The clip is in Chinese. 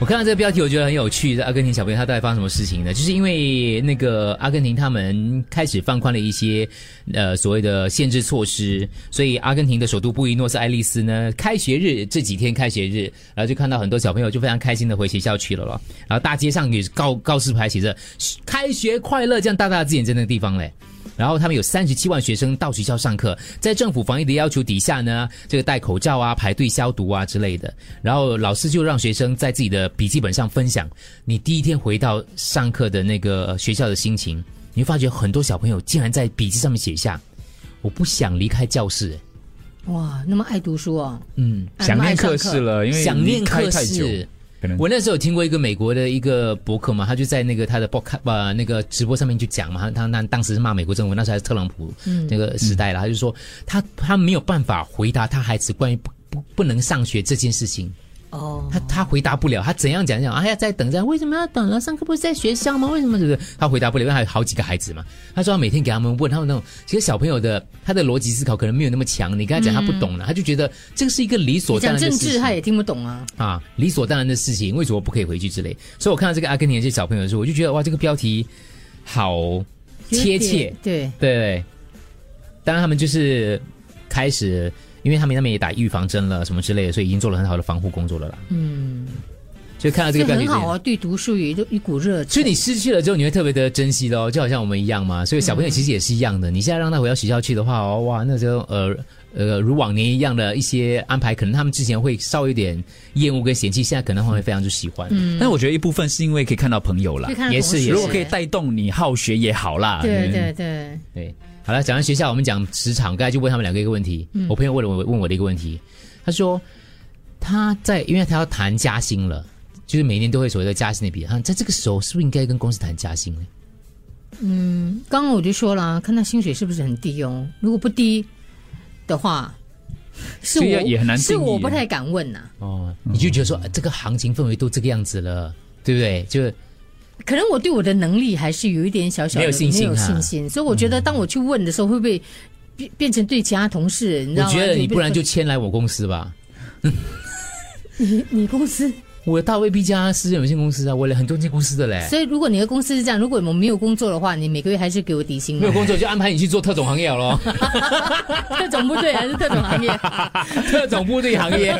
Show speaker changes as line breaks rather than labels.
我看到这个标题，我觉得很有趣。在阿根廷小朋友他到底发生什么事情呢？就是因为那个阿根廷他们开始放宽了一些呃所谓的限制措施，所以阿根廷的首都布宜诺斯艾利斯呢，开学日这几天开学日，然后就看到很多小朋友就非常开心的回学校去了咯。然后大街上也是告告示牌写着“开学快乐”这样大大的字眼在那个地方嘞。然后他们有三十七万学生到学校上课，在政府防疫的要求底下呢，这个戴口罩啊、排队消毒啊之类的。然后老师就让学生在自己的笔记本上分享你第一天回到上课的那个学校的心情。你会发觉很多小朋友竟然在笔记上面写下：“我不想离开教室。
哇，那么爱读书哦，
嗯，
啊
想
那么爱
念课
上
室了，因为
想念
离开
课
太久，
室。
可能
我那时候有听过一个美国的一个博客嘛，他就在那个他的 b 看呃那个直播上面就讲嘛，他他那当时是骂美国政府，那时候还是特朗普那个时代了，他就说他他没有办法回答他孩子关于不不不能上学这件事情，
哦，
他他回答不了，他怎样讲讲，哎呀在等着，为什么要等啊？上课不是在学校吗？为什么是不是？他回答不了，因为他有好几个孩子嘛，他说他每天给他们问，他们那种其实小朋友的他的逻辑思考可能没有那么强，你跟他讲他不懂了，他就觉得这是一个理所
你
当
讲
然的
政
事
治
情。
他也听不懂啊，
啊，理所当然的事情，为什么不可以回去之类？所以我看到这个阿根廷的这些小朋友的时候，我就觉得哇，这个标题好贴切，，
对，
对对。当然，他们就是开始，因为他们那边也打预防针了什么之类的，所以已经做了很好的防护工作了啦。
嗯，
所以看到这
所以
个标题
很
之前，
好啊，对读书有一一股热
所
情
以。你失去了之后，你会特别的珍惜咯，就好像我们一样嘛。所以小朋友其实也是一样的，你现在让他回到学校去的话，哦哇，那时候呃呃，如往年一样的一些安排，可能他们之前会稍微有点厌恶跟嫌弃，现在可能会非常之喜欢。嗯，
但我觉得一部分是因为可以看到朋友啦
可以，看到
也
同
是也
学
是
如果可以带动你好学也好啦。
对
嗯
对对，
对，好了，讲完学校，我们讲职场。刚才就问他们两个一个问题，我朋友问了我问我的一个问题，他说他在因为他要谈加薪了，就是每年都会所谓的加薪的比，他在这个时候是不是应该跟公司谈加薪呢？
刚刚我就说了啊，看他薪水是不是很低哦，如果不低的话，是
所
我
以也很难
是
定义
我不太敢问呐、啊
哦，你就觉得说、呃这个行情氛围都这个样子了，对不对？就
可能我对我的能力还是有一点小小的
没有信心啊嗯
没有信心所以我觉得当我去问的时候，会不会变变成对其他同事？你知
我
道吗？
觉得你
被
不然就迁来我公司吧。
你你公司。
我的大卫毕加私人有限公司啊，我有很多间公司的嘞，
所以如果你的公司是这样，如果我们没有工作的话，你每个月还是给我底薪 吗
没有工作就安排你去做特种行业了 咯，
特种部队还是特种行业？
特种部队行业。